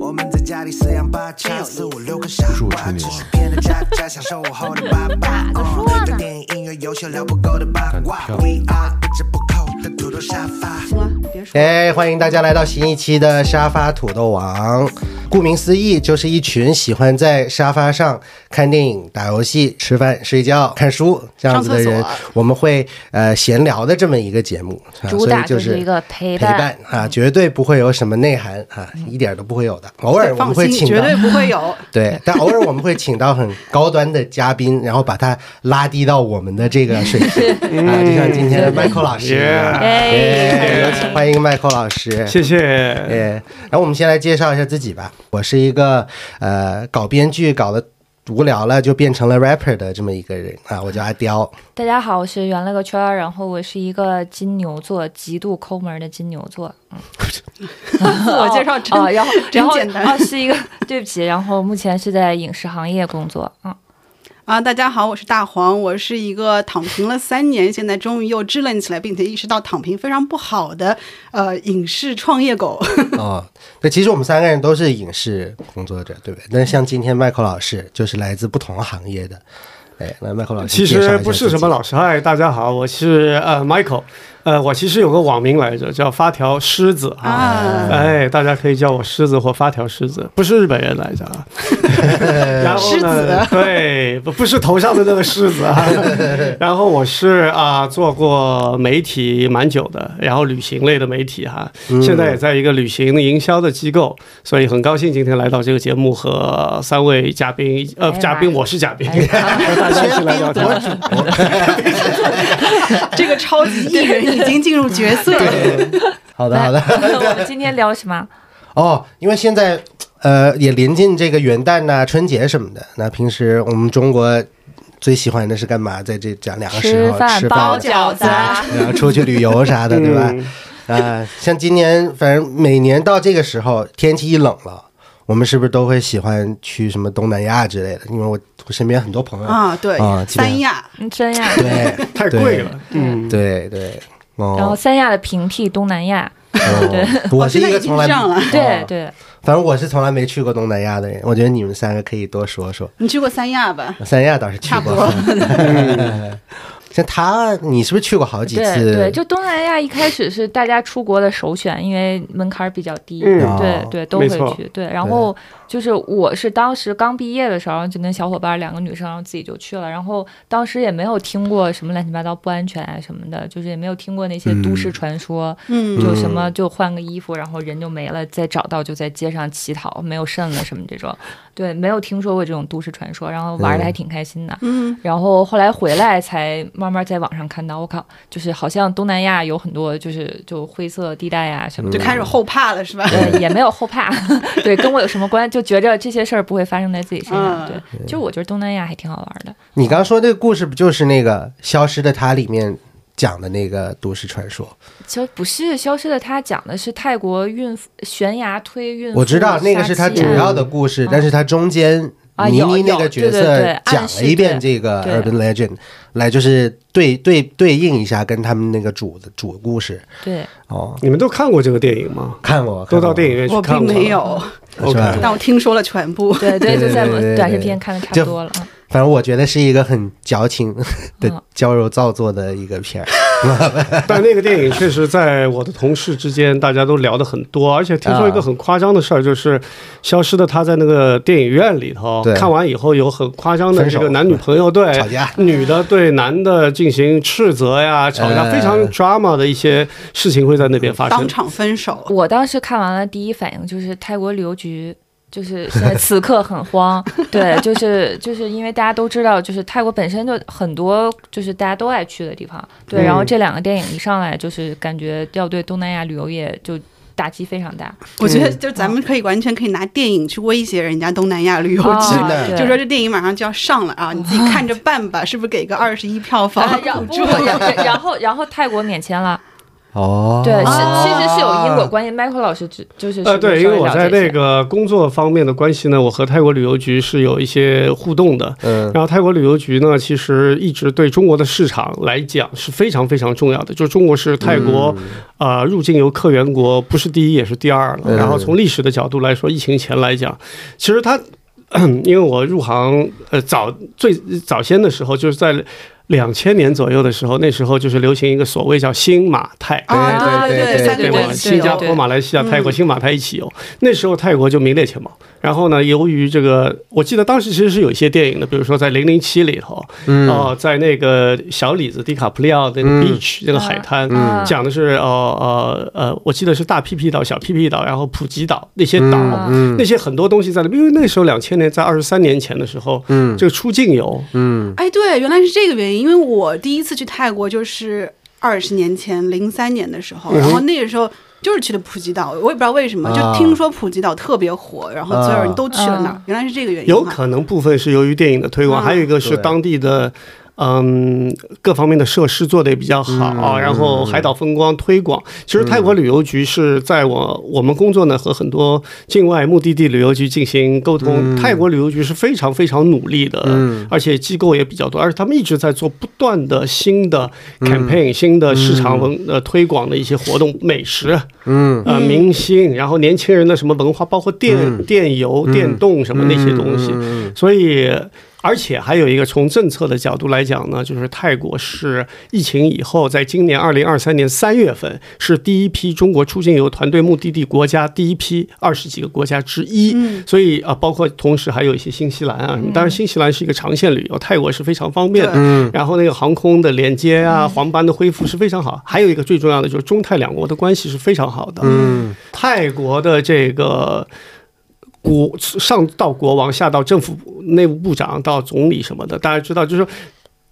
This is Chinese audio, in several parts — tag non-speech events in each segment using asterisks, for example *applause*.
我们在家里四仰八叉，四五六个傻树瓜，吹牛只是骗着家家享受午后的八卦。咋个说嗯对呢电影、音乐、游戏聊不够的八卦干得漂，We are 一直不扣的土豆沙发。行了，别说了。哎，欢迎大家来到新一期的沙发土豆王。顾名思义，就是一群喜欢在沙发上看电影、打游戏、吃饭、睡觉、看书这样子的人上厕所。我们会呃闲聊的这么一个节目，啊、主打所以就是是一个陪陪伴伴嗯啊，绝对不会有什么内涵啊，一点都不会有的。偶尔我们放会心，请绝到对不会 *laughs* 有。对，但偶尔我们会请到很高端的嘉宾，然后把他拉低到我们的这个水 *laughs* 平啊，就像今天的 Michael 老师，哎啊哎有欢迎 Michael 老师，谢谢。哎，然后我们先来介绍一下自己吧。我是一个呃搞编剧搞得无聊了就变成了 rapper 的这么一个人啊，我叫阿 *laughs* 刁。大家好，我是圆了个圈儿，然后我是一个金牛座，极度抠门儿的金牛座。 *laughs* 自我介绍真 *laughs* 啊，然后 *laughs* 真然后简单啊是一个，对不起，然后目前是在影视行业工作。 *laughs* 嗯，啊，大家好，我是大黄，我是一个躺平了三年，现在终于又支棱起来，并且意识到躺平非常不好的呃影视创业狗。哦，对，其实我们三个人都是影视工作者，对不对？但是像今天 Michael 老师就是来自不同行业的。哎，来，Michael 老师，其实不是什么老师，嗨，大家好，我是呃 Michael，呃，我其实有个网名来着，叫发条狮子啊，啊，哎，大家可以叫我狮子或发条狮子，不是日本人来着啊。然后啊呢，对，不不是头上的那个狮子啊。然后我是啊、做过媒体蛮久的，然后旅行类的媒体哈、现在也在一个旅行营销的机构，所以很高兴今天来到这个节目和三位嘉宾，呃，哎呀嘉宾我是嘉宾，哎呀和 *laughs* 大家一起来聊天。 *laughs* 这个超级艺人已经进入角色了。好 *laughs* 的，好 *laughs* 的。哎我们今天聊什么？ *laughs* 哦，因为现在呃也临近这个元旦呐、春节什么的，那平时我们中国最喜欢的是干嘛？在这这两个时吃候饭、吃包饭，饺子啊， *laughs* 然后出去旅游啥的，对嗯吧？啊、像今年，反正每年到这个时候，天气一冷了。我们是不是都会喜欢去什么东南亚之类的？因为我我身边很多朋友，啊，对啊，基本上三亚嗯真呀。对，太对贵了，嗯，对对，哦，然后三亚的平替东南亚，哦我是一个从哦现在已经这来样了对哦对，反正我是从来没去过东南亚的人，我觉得你们三个可以多说说。你去过三亚吧？三亚倒是去差不过，嗯多 *laughs* *laughs* 像他，你是不是去过好几次？对对，就东南亚一开始是大家出国的首选，因为门槛儿比较低，嗯对哦对都没错会去。对，然后就是我是当时刚毕业的时候，就跟小伙伴两个女生，然后自己就去了，然后当时也没有听过什么乱七八糟不安全啊什么的，就是也没有听过那些都市传说，嗯，就什么就换个衣服，然后人就没了，再找到就在街上乞讨，没有肾了什么这种，对，没有听说过这种都市传说，然后玩的还挺开心的。嗯，然后后来回来才慢慢在网上看到，我靠，就是好像东南亚有很多就是就灰色地带呀、嗯什么的，就开始后怕了是吧？呃也没有后 *laughs* 怕，对，跟我有什么关？就觉着这些事儿不会发生在自己身上，嗯对，就是我觉得东南亚还挺好玩的。你刚说这个故事不就是那个《消失的她》里面讲的那个都市传说？其实不是《消失的她》讲的是泰国孕妇悬崖推孕妇，我知道那个是他主要的故事，嗯但是他中间啊倪有妮那个有角对对对色讲暗了示一遍对这个对 urban legend，来就是对对对应一下跟他们那个主的主故事对，哦。你们都看过这个电影吗？看过，都看过到电影院去我看并过了没有， *laughs* 是吧 *laughs* OK 但我听说了全部。 *laughs* 对对对，对就在我对对短视对频看的差就不多了。嗯反正我觉得是一个很矫情 *laughs* 的嗯矫揉造作的一个片儿。但那个电影确实在我的同事之间，大家都聊得很多，而且听说一个很夸张的事儿，就是《消失的她》在那个电影院里头对看完以后，有很夸 *laughs* 张的分手这个男女朋友对吵架女的对男的进行斥责呀、吵架，呃非常 drama 的一些事情会在那边发当生。场分手，我当时看完了，第一反应就是泰国旅游局。就是现在此刻很 *laughs* 慌，对，就是就是因为大家都知道，就是泰国本身就很多就是大家都爱去的地方，对，嗯然后这两个电影一上来，就是感觉要对东南亚旅游业就打击非常大，我觉得就咱们可以完全可以拿电影去威胁人家东南亚旅游啊局，真的对就说这电影马上就要上了啊，你自己看着办吧，是不是给个二十一票啊房？然后不然后然后泰国免签了，哦，对，是啊其实是有因果关系。Michael 老师就就是呃，对，因为我在那个个工作方面的关系呢，我和泰国旅游局是有一些互动的。嗯然后泰国旅游局呢，其实一直对中国的市场来讲是非常非常重要的。就中国是泰国、嗯呃入境游客源国，不是第一也是第二了。嗯然后从历史的角度来说，疫情前来讲，其实它嗯因为我入行呃早最早先的时候就是在。两千年左右的时候，那时候就是流行一个所谓叫新马泰，啊，对对对，对三对个对国一吗？对对起新加有，坡、马来西亚、泰嗯国、新马泰一起游。那时候泰国就名列前茅。然后呢，由于这个，我记得当时其实是有一些电影的，比如说在《零零七》里头，嗯哦，在那个小李子迪卡普里奥的那个嗯 beach 那个海滩，嗯讲的是哦呃呃，我记得是大屁屁岛、小屁屁岛，然后普吉岛那些岛，嗯那些很多东西在那边。因为那时候两千年，在二十三年前的时候，嗯这个出境游，嗯哎，对，原来是这个原因，因为我第一次去泰国就是二十年前，零三年的时候，然后那个时候。就是去的普吉岛，我也不知道为什么，啊就听说普吉岛特别火，然后所有人都去了那儿啊，原来是这个原因哈。有可能部分是由于电影的推嗯广，还有一个是对当地的。嗯，各方面的设施做得也比较好，嗯然后海岛风光推广。其实泰国旅游局是在我我们工作呢和很多境外目的地旅游局进行沟通。嗯泰国旅游局是非常非常努力的，而且机构也比较多，而且他们一直在做不断的新的嗯 campaign、新的市场文呃推广的一些活动，美食，嗯呃，明星，然后年轻人的什么文化，包括电、电邮、嗯电动什么那些东西，所以。而且还有一个从政策的角度来讲呢，就是泰国是疫情以后，在今年二零二三年三月份是第一批中国出境游团队目的地国家第一批二十几个国家之一，所以啊、包括同时还有一些新西兰啊，什么当然新西兰是一个长线旅游，泰国是非常方便的对，然后那个航空的连接啊，航班的恢复是非常好。还有一个最重要的就是中泰两国的关系是非常好的。嗯，泰国的这个国上到国王，下到政府内务部长，到总理什么的，大家知道，就是说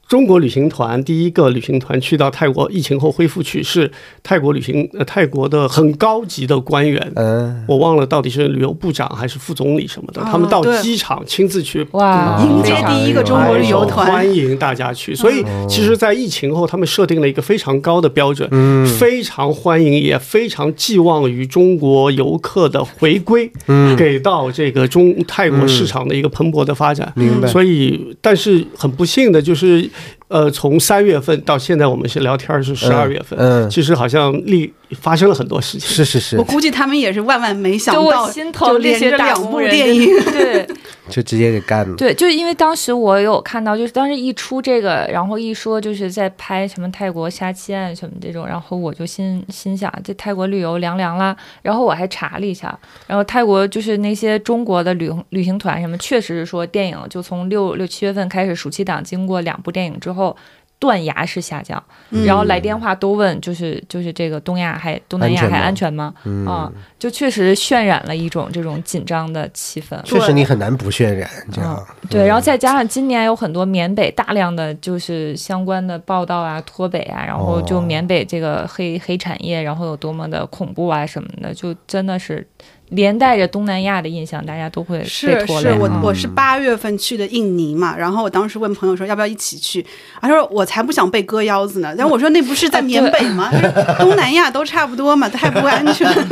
中国旅行团第一个旅行团去到泰国，疫情后恢复去是泰国旅行呃泰国的很高级的官员。嗯，我忘了到底是旅游部长还是副总理什么的，啊他们到对机场亲自去嗯哇，迎接第一个中国旅游团嗯欢迎大家去。所以，其实，在疫情后，他们设定了一个非常高的标准，非常欢迎，也非常寄望于中国游客的回归，给到这个中泰国市场的一个蓬勃的发展。明白所以，但是很不幸的就是，呃，从三月份到现在，我们是聊天是十二月份，嗯嗯其实好像历发生了很多事情。是是是我，估计他们也是万万没想就到，我心就疼这连些着打两工部人电影，对就直接给干了。对，就是因为当时我有看到，就是当时一出这个，然后一说就是在拍什么泰国杀妻案什么这种，然后我就心心想这泰国旅游凉凉啦。然后我还查了一下，然后泰国就是那些中国的旅旅行团什么，确实是说电影就从六六七月份开始，暑期档经过两部电影之后。断崖式下降，嗯然后来电话都问，就是就是这个东亚还东南亚安全还吗安全嗯吗？啊，就确实渲染了一种这种紧张的气氛。确实你很难不渲染，这样嗯。对，然后再加上今年有很多缅北大量的就是相关的报道啊、脱北啊，然后就哦缅北这个黑黑产业，然后有多么的恐怖啊什么的，就真的是连带着东南亚的印象，大家都呃会被是拖是累。，我我嗯是八月份去的印尼嘛，然后我当时问朋友说要不要一起去，啊他说我才不想被割腰子呢，然后我说那不是啊在缅北吗？他说东南亚都差不多嘛，太不安全 *laughs* 了。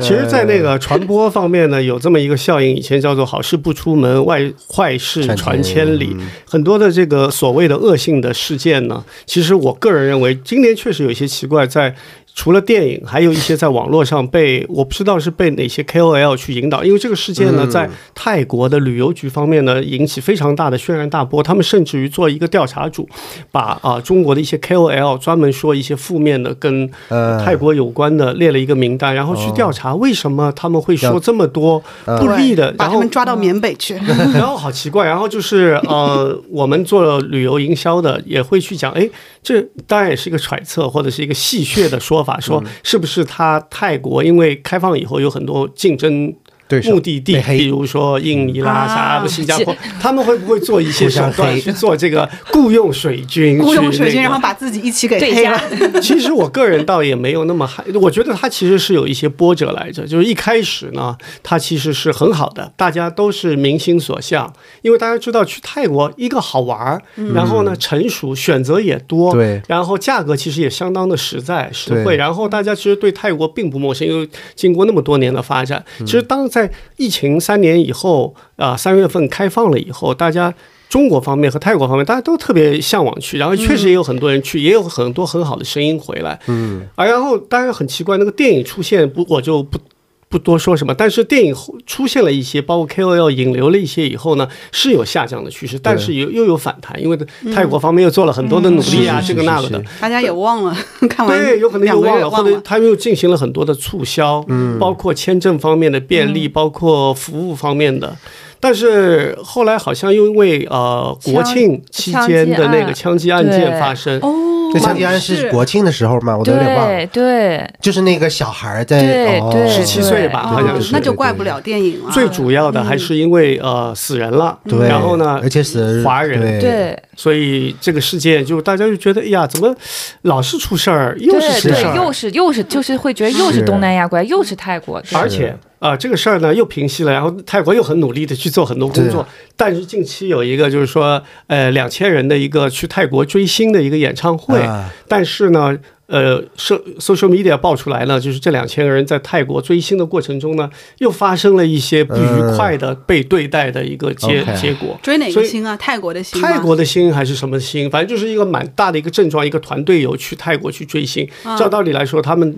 其嗯实，在那个传播方面呢，有这么一个效应，以前叫做“好事不出门，外坏事传千里”。嗯很多的这个所谓的恶性的事件呢，其实我个人认为，今年确实有一些奇怪，在除了电影，还有一些在网络上被我不知道是被哪些 KOL 去引导，因为这个事件呢，在泰国的旅游局方面呢，引起非常大的轩然大波，他们甚至于做一个调查组，把啊中国的一些 KOL 专门说一些负面的跟呃泰国有关的列了一个名单，然后去调查为什么他们会说要这么多不利的，把他然后嗯们抓到缅北去。 *laughs* 然后好奇怪，然后就是呃，我们做旅游营销的也会去讲，哎，这当然也是一个揣测或者是一个戏嗯谑的说法，说是不是他泰国因为开放以后有很多竞争。对手目的地被，黑比如说印尼嗯啦、啊啥新加坡这，他们会不会做一些互手相段黑去做这个雇佣水军？雇佣去水那军，个然后把自己一起给对黑家了。其实我个人倒也没有那么害，我觉得他其实是有一些波折来着。就是一开始呢，他其实是很好的，大家都是民心所向，因为大家知道去泰国一个好玩儿，然后呢成熟，选择也多，对然后价格其实也相当的实在实惠，对然后大家其实对泰国并不陌生，因为经过那么多年的发展，嗯其实当在疫情三年以后啊，三、月份开放了以后，大家。中国方面和泰国方面，大家都特别向往去，然后确实也有很多人嗯去，也有很多很好的声音回来。嗯，啊，然后当然很奇怪，那个电影出现不，我就不不多说什么。但是电影后出现了一些，包括 KOL 引流了一些以后呢，是有下降的趋势，但是又又有反弹，因为泰国方面又做了很多的努力啊，嗯这个是是那个的是。大家也忘了，看完对，有可能两又个忘月了，忘或者了。他们又进行了很多的促销，嗯，包括签证方面的便嗯利，包括服务方面的。但是后来好像又因为呃枪国庆期间的那个枪击案件对发生，哦这枪击案是国庆的时候嘛，我都有点忘哎了，对对，就是那个小孩儿在对哦对嗯17岁吧哦啊好像是那就怪不了电影了。最主要的还是因为呃死人了，嗯对，然后呢而，且死华人对所以这个事件就大家就觉得，哎呀，怎么老是出事儿，又是对出事对，儿又，是又是就是会觉得又是是东南亚国家，又是泰国，对而且啊、这个事儿呢又平息了，然后泰国又很努力的去做很多工作对，但是近期有一个就是说，呃，两千人的一个去泰国追星的一个演唱会，啊但是呢。呃，社 social media 爆出来呢，就是这两千个人在泰国追星的过程中呢，又发生了一些不嗯愉快的被对待的一个结、 OK 结果。追哪所个以星啊？泰国的星吗，泰国的星还是什么星，反正就是一个蛮大的一个症状，一个团队有去泰国去追星。啊照道理来说，他们。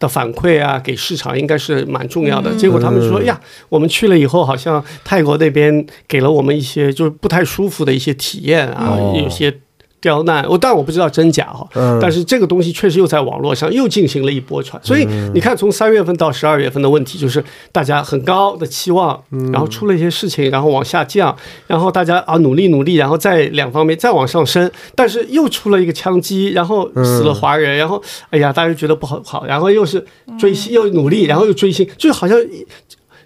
的反馈啊，给市场应该是蛮重要嗯的。结果他们说：“呀，我们去了以后，好像泰国那边给了我们一些就是不太舒服的一些体验啊，哦有些刁难。我但我不知道真假哈、嗯但是这个东西确实又在网络上又进行了一波传。所以你看，从三月份到十二月份的问题就是大家很高的期望，然后出了一些事情，然后往下降，然后大家啊努力努力，然后在两方面再往上升，但是又出了一个枪击，然后死了华人，然后哎呀，大家就觉得不好好，然后又是追星，又努力，然后又追星，就好像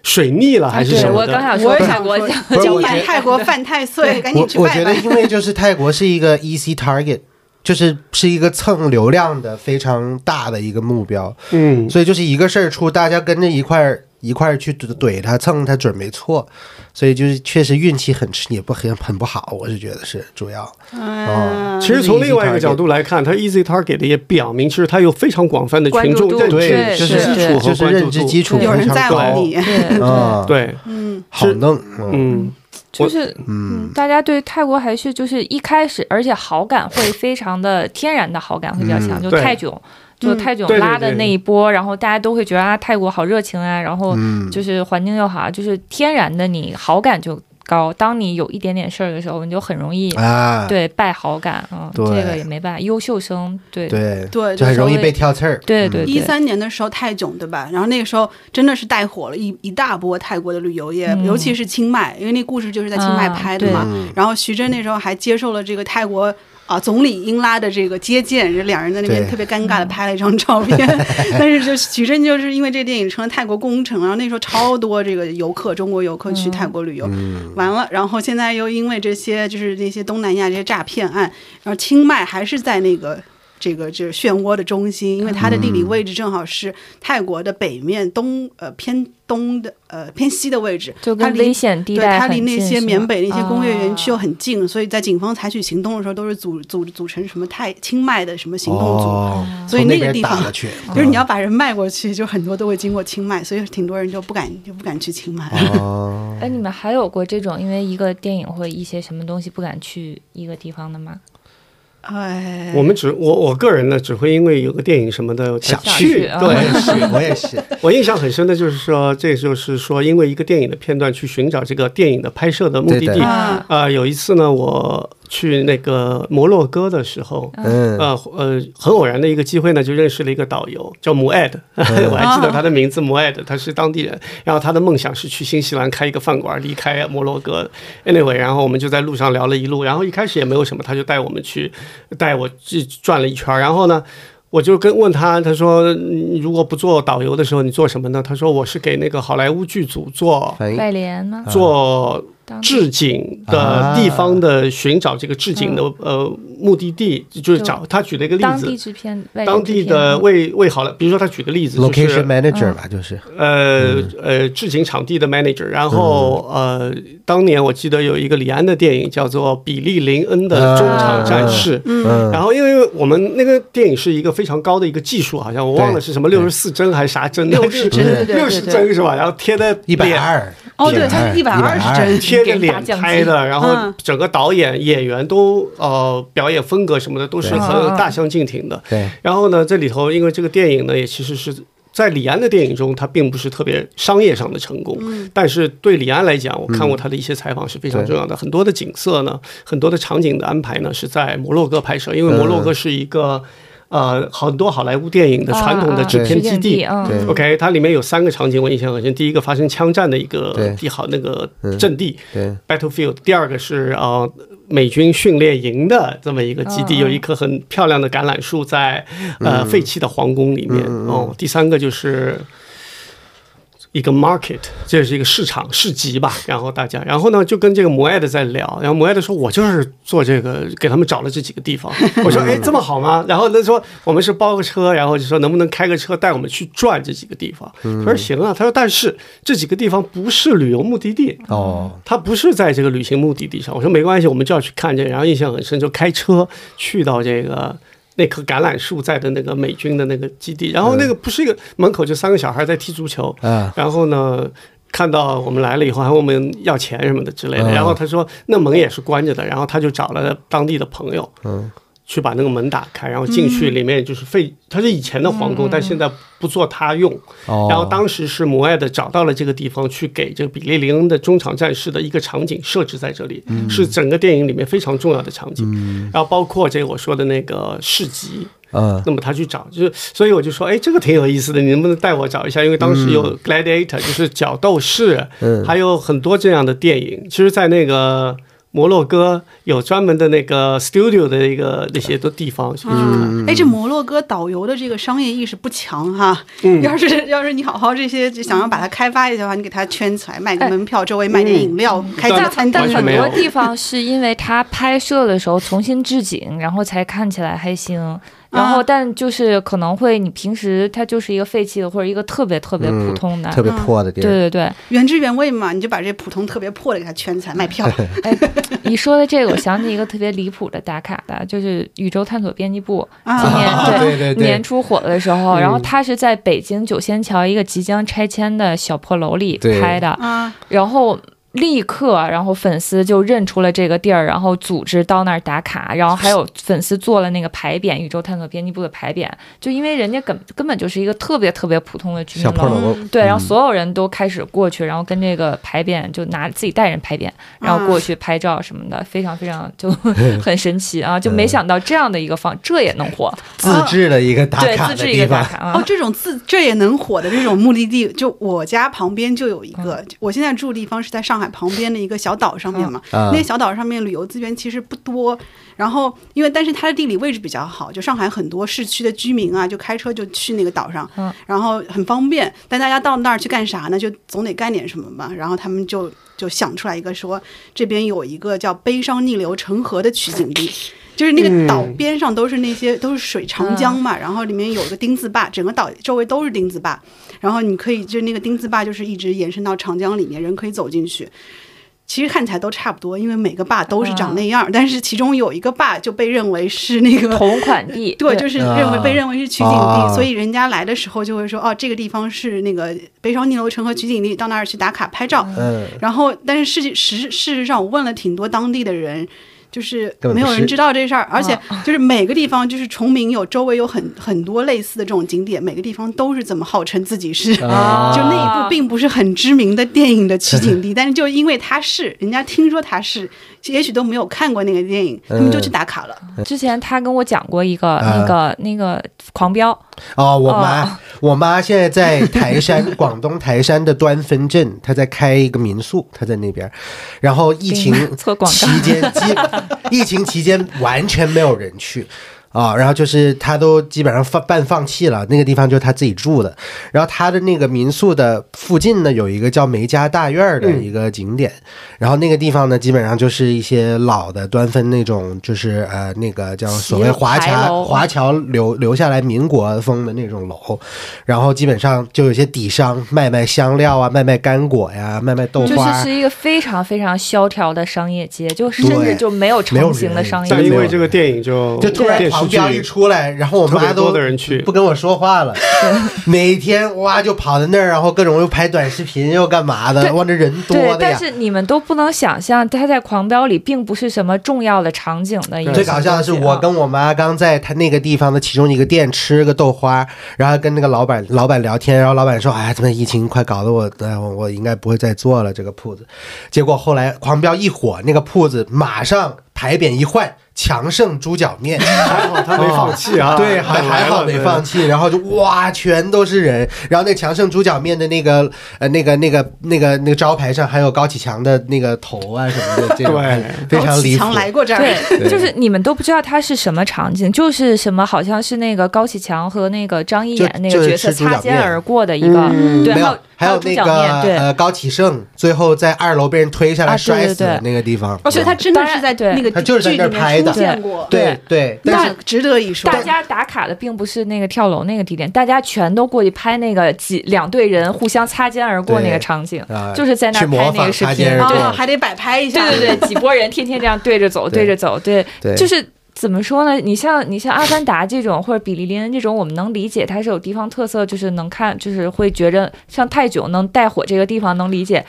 水逆了还是对什么我的。刚想说我也泰想国说讲不是讲我觉反得泰国犯太岁，哎赶紧我去我拜觉得，拜因。为就是泰国是一个 EC target，就是是一个蹭流量的非常大的一个目标，嗯，所以就是一个事儿出，大家跟着一块儿一块儿去怼怼他蹭他准没错，所以就是确实运气很吃也不很很不好，我是觉得是主要。哎哦嗯其实从另外一个角度来看，它 Easy Target 也表明，其实它有非常广泛的关群注众度认知对就是是基对础和就是关注认知度。基础非有人常在高乎你，对对。啊，对，嗯，好弄，嗯，嗯，我就是，嗯，大家对泰国还是就是一开始，而且好 *laughs* 感会非常的天然的好感会比较强，就嗯对泰囧，就泰囧对对拉的对那一波，然后大家都会觉得啊，泰国好热情啊，然嗯后嗯就是环境又好，啊就是天然的你好感就高。当你有一点点事儿的时候，你就很容易哎啊，对败好感啊，对这个也没办法，优秀生对对对就很容易被跳刺儿，嗯对对一对，三年的时候泰囧对吧？然后那个时候真的是带火了一一大波泰国的旅游业，嗯尤其是清迈，因为那故事就是在清迈啊拍的嘛。然后徐峥那时候还接受了这个泰国啊、总理英拉的这个接见，这两人在那边对特别尴尬的拍了一张照 *laughs* 片。但是就是徐峥就是因为这电影成了泰国功臣，然后那时候超多这个游客中国游客嗯去泰国旅游，完了，然后现在又因为这些就是那些东南亚这些诈骗案，然后清迈还是在那个。这个这漩涡的中心，因为它的地理位置正好是泰国的北面东呃偏东的呃偏西的位置，就它跟离危险地对带它很离近，那些是缅吗北那些工业园区又啊很近，所以在警方采取行动的时候，都是组组组成什么泰清迈的什么行动组，哦，所以从那那个边地打方过去，嗯就是你要把人卖过去，就很多都会经过清迈，所以挺多人就不敢就不敢去清迈。 *laughs* 哦，哎，你们还有过这种因为一个电影或一些什么东西不敢去一个地方的吗？哎，嗯我们只我我个人呢，只会因为有个电影什么的想嗯去去。啊我对也是，我也 *laughs* 是，我印象很深的就是说，这就是说，因为一个电影的片段去寻找这个电影的拍摄的目的对地的。啊，啊、有一次呢，我去那个摩洛哥的时候，嗯，呃呃，很偶然的一个机会呢，就认识了一个导游，叫摩艾德， *laughs* 我还记哦得他的名字摩艾德，他是当地人。然后他的梦想是去新西兰开一个饭馆，离开摩洛哥。Anyway，然后我们就在路上聊了一路，然后一开始也没有什么，他就带我们去，带我去转了一圈儿。然后呢，我就跟问他，他说嗯如果不做导游的时候，你做什么呢？他说我是给那个好莱坞剧组做翻译外联吗？做当置景的地方的寻找这个置景的呃目的地，就是找他举了一个例嗯当子，地制片，外当联制地片嗯的吗为为好莱，比如说他举个例子就 location 嗯是嗯 manager 吧，就是呃呃置景场地的 manager，然后嗯呃当年我记得有一个李安的电影叫做《比利林恩的中场战事》，啊嗯然后因为我们那个电影是一个非常高的一个技术，好像我忘了对是什么六十四帧还是啥帧的，六十帧，对对六十对对。帧是吧？然后贴在一百脸二，哦，对，它是一百二十120帧，贴着脸拍的，然后嗯整个导演、演员都呃表演风格什么的都嗯是很有大相径庭的。对，然后呢，这里头因为这个电影呢，也其实是在李安的电影中，它并不是特别商业上的成功，但是对李安来讲，我看过他的一些采访是非常重要的。很多的景色呢，很多的场景的安排呢是在摩洛哥拍摄，因为摩洛哥是一个。呃，很多好莱坞电影的传统的啊啊制片基地，啊对 OK，它里面有三个场景我印象很深，第一个发生枪战的一个对地好那个阵地对 battlefield，第二个是呃美军训练营的这么一个基地，嗯嗯嗯有一棵很漂亮的橄榄树在呃废弃的皇宫里面哦，第三个就是。一个 market，这是一个市场市集吧，然后大家，然后呢就跟这个摩艾的在聊，然后摩艾的说，我就是做这个，给他们找了这几个 *laughs* 地方，我说，哎，这么好吗？然后他说，我们是包个车，然后就说能不能开个车带我们去转这几个地方？他嗯说行啊，他说但是这几个地方不是旅游目的地，哦，他不是在这个旅行目的地上。我说没关系，我们就要去看这个。然后印象很深，就开车去到这个那棵橄榄树在的那个美军的那个基地，然后那个不是一个门口就三个小孩在踢足球，嗯然后呢。看到我们来了以后，还问我们要钱什么的之类的。嗯然后他说那门也是关着的，然后他就找了当地的朋友，嗯，去把那个门打开，然后进去，里面就是废，它是以前的皇宫，但现在不做他用。哦，然后当时是摩艾的找到了这个地方，去给这个比利林恩的中场战事的一个场景设置在这里，嗯是整个电影里面非常重要的场景。然后包括这个我说的那个市集。嗯那么他去找，就是，所以我就说，哎，这个挺有意思的，你能不能带我找一下？因为当时有 Gladiator，、就是角斗士，嗯还有很多这样的电影。其实，在那个摩洛哥有专门的那个 studio 的一个那些的地方，去嗯，哎，这摩洛哥导游的这个商业意识不强哈。 *laughs* 要是要是你好好这些想要把它开发一下的话，你给它圈起来，卖个门票，周围卖点饮料，开家但餐但完厅什全很么没有的。多地方是因为他拍摄的时候重新置景，然后才看起来还啊行。然后，但就是可能会，你平时它就是一个废弃的，或者一个特别特别普通嗯的。嗯特别破的地对儿，对对，原汁原味嘛，你就把这普通特别破的给它圈起来卖 *laughs* *laughs* 票。你说的这个，我想起一个特别离谱的打卡的，就是宇宙探索编辑部啊今年、啊对对嗯对年初火的时候，然后它是在北京九仙桥一个即将拆迁的小破楼里对拍的，啊，然后立刻，然后粉丝就认出了这个地儿，然后组织到那儿打卡，然后还有粉丝做了那个牌匾，宇宙探索编辑部的牌匾，就因为人家根根本就是一个特别特别普通的居小民破楼。楼，对，然后所有人都开始过去，然后跟这个牌匾就拿自己带人牌匾，然后过去拍照什么的，非常非常就 *laughs* 很神奇啊！就嗯没想到这样的一个方，这也能火，自制的一个打对，卡自的制一个地打方，卡哦啊，，这种自这也能火的这种目的地，就我家旁边就有一嗯个。我现在住的地方是在上海旁边的一个小岛上面嘛，嗯那小岛上面旅游资源其实不多。然后，因为但是它的地理位置比较好，就上海很多市区的居民啊，就开车就去那个岛上，嗯然后很方便。但大家到那儿去干啥呢？就总得干点什么嘛。然后他们就就想出来一个说，这边有一个叫“悲伤逆流成河”的取景地。就是那个岛边上都是那些、都是水长江嗯嘛，然后里面有一个丁字坝，整个岛周围都是丁字坝，然后你可以就那个丁字坝就是一直延伸到长江里面，人可以走进去。其实看起来都差不多，因为每个坝都是长那样嗯儿，但是其中有一个坝就被认为是那个同款 *laughs* 地，对，就是认为啊被认为是取景地，啊所以人家来的时候就会说，哦，这个地方是那个北朝逆流成河取景地，到那儿去打卡拍照。嗯，然后，但是事情实事实上，我问了挺多当地的人，就是根本不没有人是知道这事儿，而且就是每个地方就是崇明有周围有很很多类似的这种景点，每个地方都是这么号称自己是。啊就那一部并不是很知名的电 *laughs* 影的取景地，但是就因为它是，人家听说它是，也许都没有看过那个电影，他们就嗯去打卡了。之前他跟我讲过一个、啊那个那个狂飙，哦，我妈，我妈现在在台 *laughs* 山，广东台山的端分镇，她在开一个民宿，她在那边儿。然后疫情给你做广告 *laughs* 期间，基疫情期间完全没有人去。啊，然后就是他都基本上放半放弃了，那个地方就是他自己住的。然后他的那个民宿的附近呢，有一个叫梅家大院儿的嗯一个景点，然后那个地方呢，基本上就是一些老的端分那种，就是呃那个叫所谓华牌侨楼华侨留留下来民国风的那种楼，然后基本上就有些底商卖卖香料啊，卖卖干果呀，卖卖豆就花是儿。是一个非常非常萧条的商业街，就甚对至就没有没有成型的人商但但业街。因为这个电影就就突然电视狂剧飙一出来，然后我特别妈多都的人去不跟我说话了。每天哇就跑到那儿，然后各种又拍短视频又干嘛对的，哇这人对多，的但呀。是你们都不能想象，它在《狂飙》里并不是什么重要的场景的一个东最西啊。搞笑的是，我跟我妈刚在她那个地方的其中一个店吃个豆花，然后跟那个老板老板聊天，然后老板说：“哎，他妈疫情快搞得我，哎我我应该不会再做了这个铺子。”结果后来狂飙一火，那个铺子马上牌匾一换，强盛猪脚 *laughs* 面。还好他没放弃啊， *laughs* 对，还来了还好没放。弃，然后就哇，全都是人。然后那强盛猪脚面的那个呃那个那个那个那个招牌上还有高启强的那个头啊什么的，这种对非常离谱强。来过这儿，对，就是你们都不知道它是什么场景，就是什么好像是那个高启强和那个张一就演那个角色就是吃猪脚擦肩面而过的一个，嗯对，没还有有，还有有猪那脚个面，对。呃高启盛最后在二楼被人推下啊来对哦摔对死的对那个地方，而且他真的是在对那个他就是在剧那儿里拍面的出现过，对对，但那是值得一说。大家打卡的并不是那个跳楼那个地点，大家全都过去拍那个几两队人互相擦肩而过对那个场景啊，就是在那去儿模拍那仿个视擦频肩，而过啊，还得摆拍一下，对对对，几拨人天天这样对着走，对对着走，对，对就是。怎么说呢？你像你像《阿凡达》这种，或者《比利林恩》这种，我们能理解它是有地方特色，就是能看，就是会觉着像泰囧能带火这个地方能理解。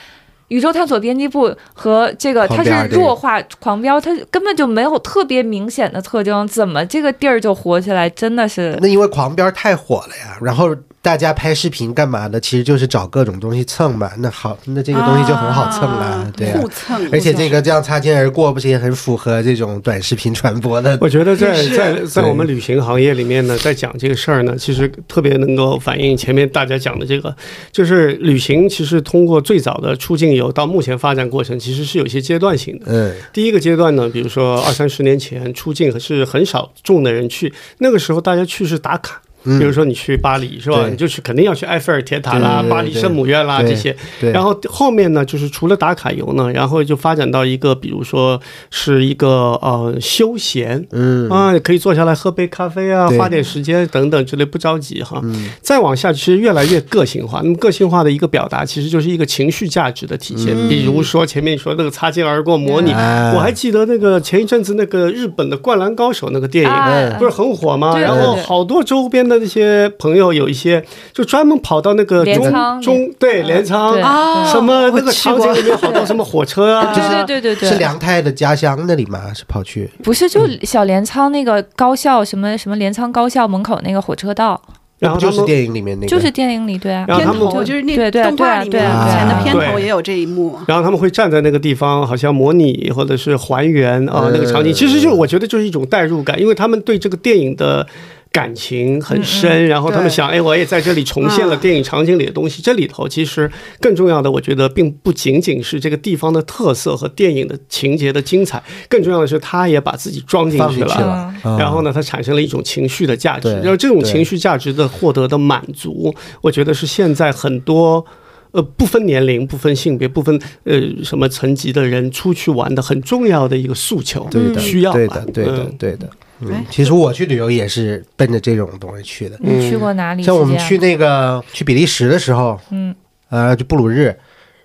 宇宙探索编辑部和这个它狂飙是这个弱化狂飙，它根本就没有特别明显的特征，怎么这个地儿就火起来？真的是那因为狂飙太火了呀，然后大家拍视频干嘛的，其实就是找各种东西蹭嘛。那好，那这个东西就很好蹭啦啊，对呀。互蹭。而且这个这样擦肩而过，不是也很符合这种短视频传播的？我觉得 *laughs* 在是在在我们旅行行业里面呢，在讲这个事儿呢，其实特别能够反映前面大家讲的这个，就是旅行其实通过最早的出境游到目前发展过程，其实是有一些阶段性的。嗯，第一个阶段呢，比如说二三十年前出境是很少众的人去，那个时候大家去是打卡。比如说你去巴黎是吧？嗯对你就去肯定要去埃菲尔铁塔啦、对对对巴黎圣母院啦对这些。对。然后后面呢，就是除了打卡游呢，然后就发展到一个，比如说是一个呃休闲，嗯啊，可以坐下来喝杯咖啡啊，对嗯花点时间等等之类，不着急哈。再往下其实越来越个性化，那么个性化的一个表达其实就是一个情绪价值的体现，比如说前面你说那个擦肩而过模拟，嗯哎我还记得那个前一阵子那个日本的《灌篮高手》那个电影，哎啊不是很火吗？对然后好多周边的那些朋友有一些就专门跑到那个镰中仓嗯中对镰仓对啊，哎什么我那个去场过景里面好多什么火车啊，对对对对对，是梁太的家乡那里吗？是跑去不是就小镰仓那个高校什么什么镰仓高校门口那个火车道，然那后不他就是们电影里面那个？就是电影里对啊，然后片他们头就是那对对动对画啊里对面啊以前的对片头对也有这一幕，然后他们会站在那个地方，好像模拟或者是还原嗯啊、那个场景，其实就是我觉得就是一种代入感，因为他们对这个电影的感情很深，然后他们嗯对想，哎，我也在这里重现了嗯电影场景里的东西。这里头其实更重要的，我觉得并不仅仅是这个地方的特色和电影的情节的精彩，更重要的是他也把自己装进放去进去了。了。嗯然后呢，它产生了一种情绪的价值，对然后这种对情绪价值的获得的满足，我觉得是现在很多。呃，不分年龄、不分性别、不分呃什么层级的人出去玩的很重要的一个诉求，对的，嗯需要吧嗯对的，对的嗯，对的。嗯哎，嗯其实我去旅游也是奔着这种东西去的。你去过哪里？像我们啊去，那个去比利时的时候，嗯，呃，就布鲁日，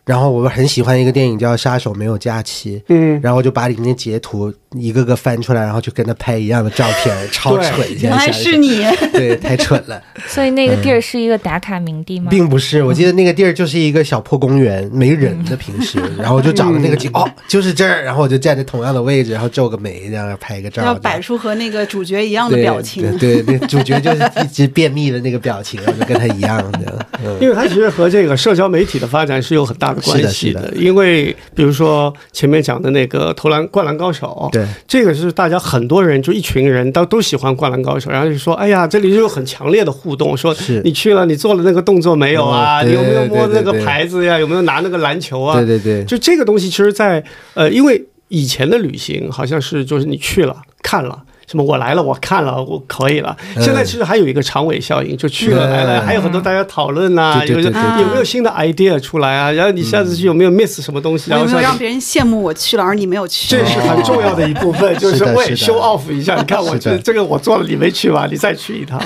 然后我们很喜欢一个电影叫《杀手没有假期》，嗯，然后就把里面的截图一个个翻出来，然后就跟他拍一样的照 *laughs* 片，超对蠢！原来是，你，对，太蠢 *laughs* 了。所以那个地儿是一个打卡名地吗？并不是，我记得那个地儿就是一个小破公园，没人的平时，嗯然后我就找了那个景，哦，就是这儿，然后我就站在同样的位置，然后皱个眉，然后拍个照，要摆出和那个主角一样的对表情，对对，那主角就是一直便秘的那个表情，我就跟他一样的，嗯，因为它其实和这个社交媒体的发展是有很大的关系是的是因为比如说前面讲的那个投篮灌篮高手，对，这个是大家很多人就一群人都都喜欢《灌篮高手》，然后就说：“哎呀，这里就有很强烈的互动，说是你去了，你做了那个动作没有啊？哦对你有没有摸对那对个对牌子呀？有没有拿那个篮球啊？”对对对，就这个东西，其实在，呃，因为以前的旅行好像是就是你去了看了。什么我来了，我看了，我可以了。嗯现在其实还有一个长尾效应，就去了来了，还有很多大家讨论呐，对有对有对对有没有新的 idea 出来啊？然后你下次去有没有 miss 什么东西？我然后有没有下让次别人羡慕我去了，而你没有去？哦这是很重要的一部 *laughs* 分，就是是的为是的 show off 一下。你看我是这的这个我做了，你没去吧？你再去一趟。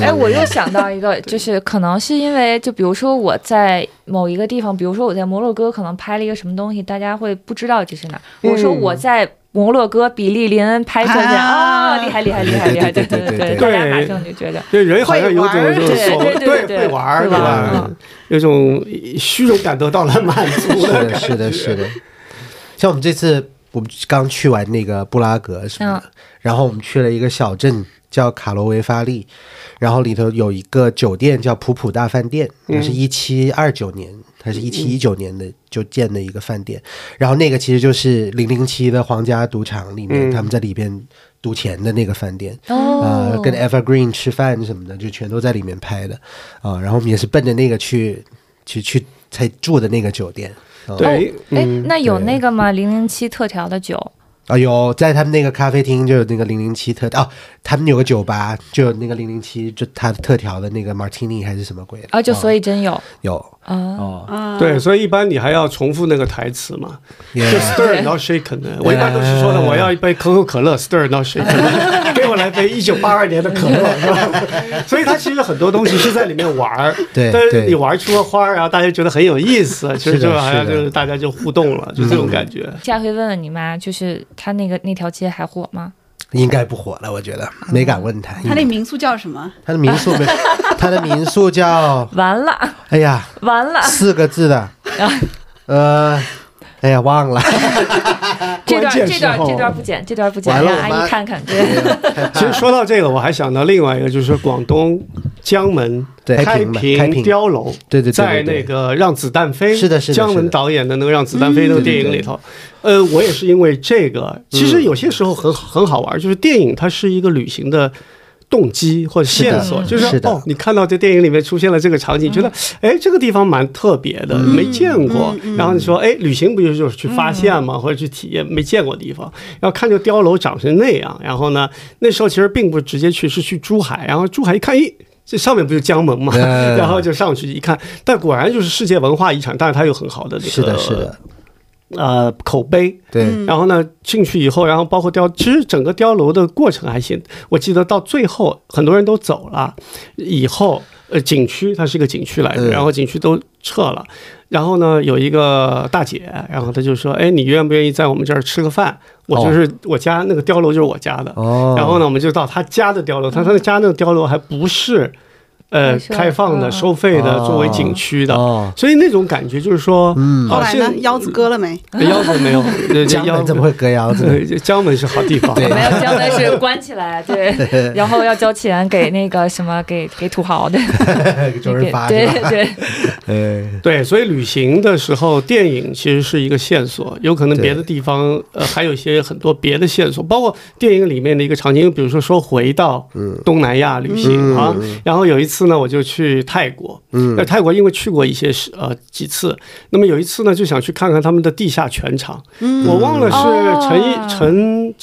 哎，我又想到一个，就是可能是因为，就比如说我在某一个地方，比如说我在摩洛哥可能拍了一个什么东西，大家会不知道这是哪儿。我说我在摩洛哥比利林恩拍摄去啊啊，厉害厉害厉害厉害，对对对对对对大家 *laughs* 对马上就觉得。这人好像有种会玩儿就是所谓对对对对会玩儿会对玩儿嗯吧？有种虚荣感得到了满足是的的，感觉。是的，是的。像我们这次，我们刚去完那个布拉格什嗯么的，然后我们去了一个小镇叫卡罗维发利，然后里头有一个酒店叫普普大饭店，嗯那是一七二九年，它是一七一九年的就建的一个饭店，然后那个其实就是零零七的皇家赌场里面，嗯他们在里边赌钱的那个饭店，呃哦，，跟 Evergreen 吃饭什么的，就全都在里面拍的啊、然后我们也是奔着那个去去去才住的那个酒店。啊对，哎嗯，，那有对那个吗？零零七特调的酒啊，有在他们那个咖啡厅就有那个零零七特哦，他们有个酒吧就有那个零零七，就他特调的那个 martini 还是什么鬼的啊，就所以以真有有啊，哦，对，所以一般你还要重复那个台词嘛，也就 stir not shaken 的。我一般都是说的，我要一杯可口可乐，stir not shaken，给我来杯一九八二年的可乐，是吧？所以它其实很多东西是在里面玩儿，对但是对你玩出了花儿，然后大家觉得很有意思，其实是的就好像是的就是大家就互动了，就这种感觉。下回问问你妈，就是她那个那条街还火吗？应该不火了，我觉得没敢问他，嗯他那民宿叫什么？他的民宿没，他的民宿叫完了哎呀完 *laughs* 了，四个字的，呃，哎呀忘了，这段关键这时段候这段不剪，这段不剪，完了让我阿妈姨看看。对，其实说到这个，我还想到另外一个，就是广东江门对开开平开平碉楼，对对对对对在那个《让子弹飞》是的是的姜是文的导演的那个《让子弹飞》那个电影里头，呃，我也是因为这个，其嗯实有些时候很很好玩，就是电影它是一个旅行的。动机或者是的线索，嗯就是是的哦，你看到这电影里面出现了这个场景，觉得哎，这个地方蛮特别的，嗯没见过。然后你说哎，旅行不就是就是去发现吗？或者去体验没见过的地方？然后看这碉楼长成那样，然后呢，那时候其实并不直接去，是去珠海，然后珠海一看，咦。这上面不就江门嘛，嗯 *laughs* 然后就上去一看，但果然就是世界文化遗产，但是它有很好的这是个的，是的，呃口碑，对，然后呢，进去以后，然后包括碉，其实整个碉楼的过程还行。我记得到最后，很多人都走了，以后呃景区它是一个景区来的，嗯然后景区都撤了。然后呢，有一个大姐，然后她就说：“哎，你愿不愿意在我们这儿吃个饭？我就是、我家那个碉楼就是我家的。哦，然后呢，我们就到她家的碉楼，她她的家那个碉楼还不是呃没事开放的、嗯收费的，哦作为景区的。哦所以那种感觉就是说，嗯，后来呢？腰子割了没？呃腰子没有，对对江腰门子怎么会割腰子呢？对，江门是好地方。 *laughs* 对没有江门是关起来， *laughs* 对，然后要交钱给那个什么给给土豪 *laughs* 的，给周润发对是吧？对，哎，对所以旅行的时候，电影其实是一个线索，有可能别的地方呃还有一些很多别的线索，包括电影里面的一个场景，比如说说回到嗯东南亚旅行、啊，然后有一次呢，我就去泰国，嗯那泰国因为去过一些是呃几次，那么有一次呢就想去看看他们的地下拳场，我忘了是陈一、哦陈。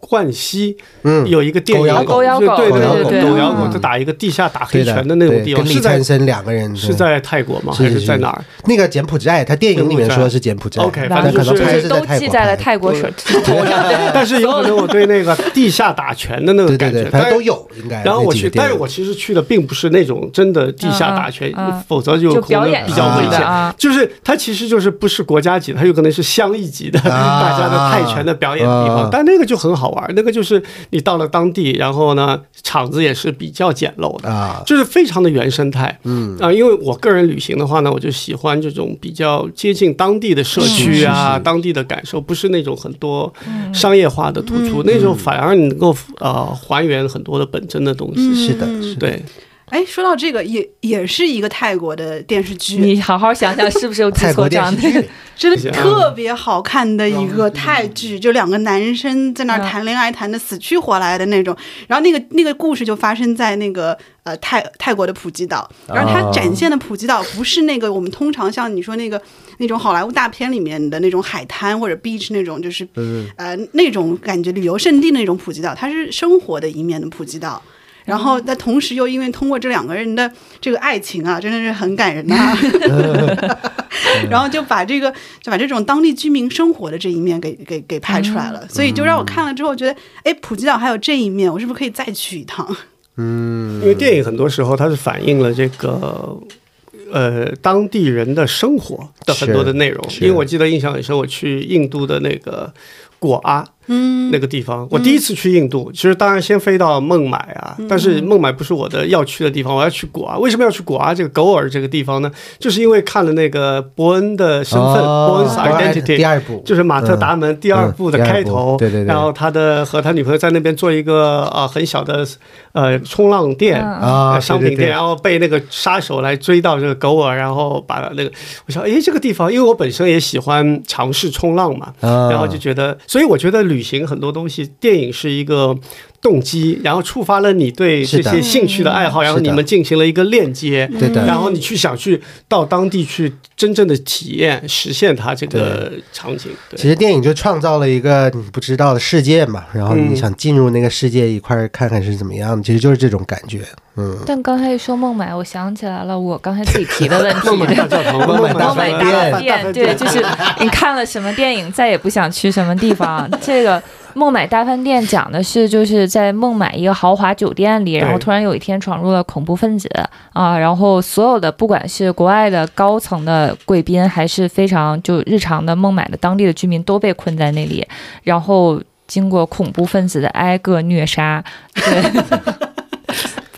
冠希，嗯有一个电影，啊狗咬狗对对狗咬对狗狗咬狗，嗯就打一个地下打黑对的拳的那种对地方，跟是李在灿森两个人是在泰国吗？是还是是在哪儿？那个柬埔寨，他电影里面说是柬埔寨 OK，但反正哎可能就是拍是在都泰记国在了拍。泰国水头上， *laughs* 但是有可能我对那个地下打拳的那个对感对觉对，，反正但都。有应该。然后我那几去，个但电是影我其实去的并不是那种真的地下打拳嗯嗯，否则就可就能表演比较危性质险的啊。就是它其实就是不是国家级的，它有可能是乡一级的啊大家的泰拳的表演地啊方，但那个就很好玩。那个就是你到了当地，然后呢，场子也是比较简陋的，啊，就是非常的原生态，嗯啊，因为我个人旅行的话呢，我就喜欢这种比较接近当地的社区啊，嗯当地的感受，不是那种很多商业化的突出，那嗯时候反而你能够呃还原很多的本真的东西。嗯是的，是的。对，哎，说到这个，也也是一个泰国的电视剧，你好好想想是不是有记泰国错电账视？剧，真谢谢的啊特别好看的一个泰剧，就两个男生在那儿嗯谈恋爱，谈的死去活来的那种。然后那个那个故事就发生在那个呃泰泰国的普吉岛，然后它展现的普吉岛不是那个我们通常像你说那个那种好莱坞大片里面的那种海滩或者 beach 那种，就是嗯，呃那种感觉旅游胜地那种普吉岛，它是生活的一面的普吉岛。然后，但同时又因为通过这两个人的这个爱情啊，真的是很感人呐、然后就把这个就把这种当地居民生活的这一面给给给拍出来嗯了，所以就让我看了之后觉得，哎，普吉岛还有这一面，我是不是可以再去一趟？嗯因为电影很多时候它是反映了这个。呃，当地人的生活的很多的内容，是因为我记得印象很深，我去印度的那个果阿，嗯，那个地方，我第一次去印度，其实当然先飞到孟买啊，但是孟买不是我的要去的地方，我要去果阿。为什么要去果阿这个狗尔这个地方呢？就是因为看了那个伯恩的身份，哦伯恩 's 伯恩 identity，第二部就是马特达蒙第二部的开头，嗯第二部对对对然后他的和他女朋友在那边做一个啊、呃很小的呃冲浪店嗯啊呃商品对对店，对然后被那个杀手来追到这个狗尔，然后把那个我想，诶，这个地方，因为我本身也喜欢尝试冲浪嘛，啊然后就觉得，所以我觉得旅行很多东西，电影是一个动机，然后触发了你对是这的嗯些兴趣的爱好，然后是的你们进行了一个链接，对的然后你去想去到当地去真正的体验，实现它这个场景。对其实电影就创造了一个你不知道的世界嘛，然后你嗯想进入那个世界一块儿看看是怎么样的，其实就是这种感觉。但刚才一说孟买，我想起来了，我刚才自己提的问 *laughs* 题。孟买大教堂，孟买大孟买饭大饭店店，对，就是你看了什么电影，再也不想去什么地 *laughs* 方。这个孟买大饭店讲的是，就是在孟买一个豪华酒店里，然后对突然有一天闯入了恐怖分子啊，然后所有的不管是国外的高层的贵宾，还是非常就日常的孟买的当地的居民，都被困在那里，然后经过恐怖分子的挨个虐杀， *laughs* 对。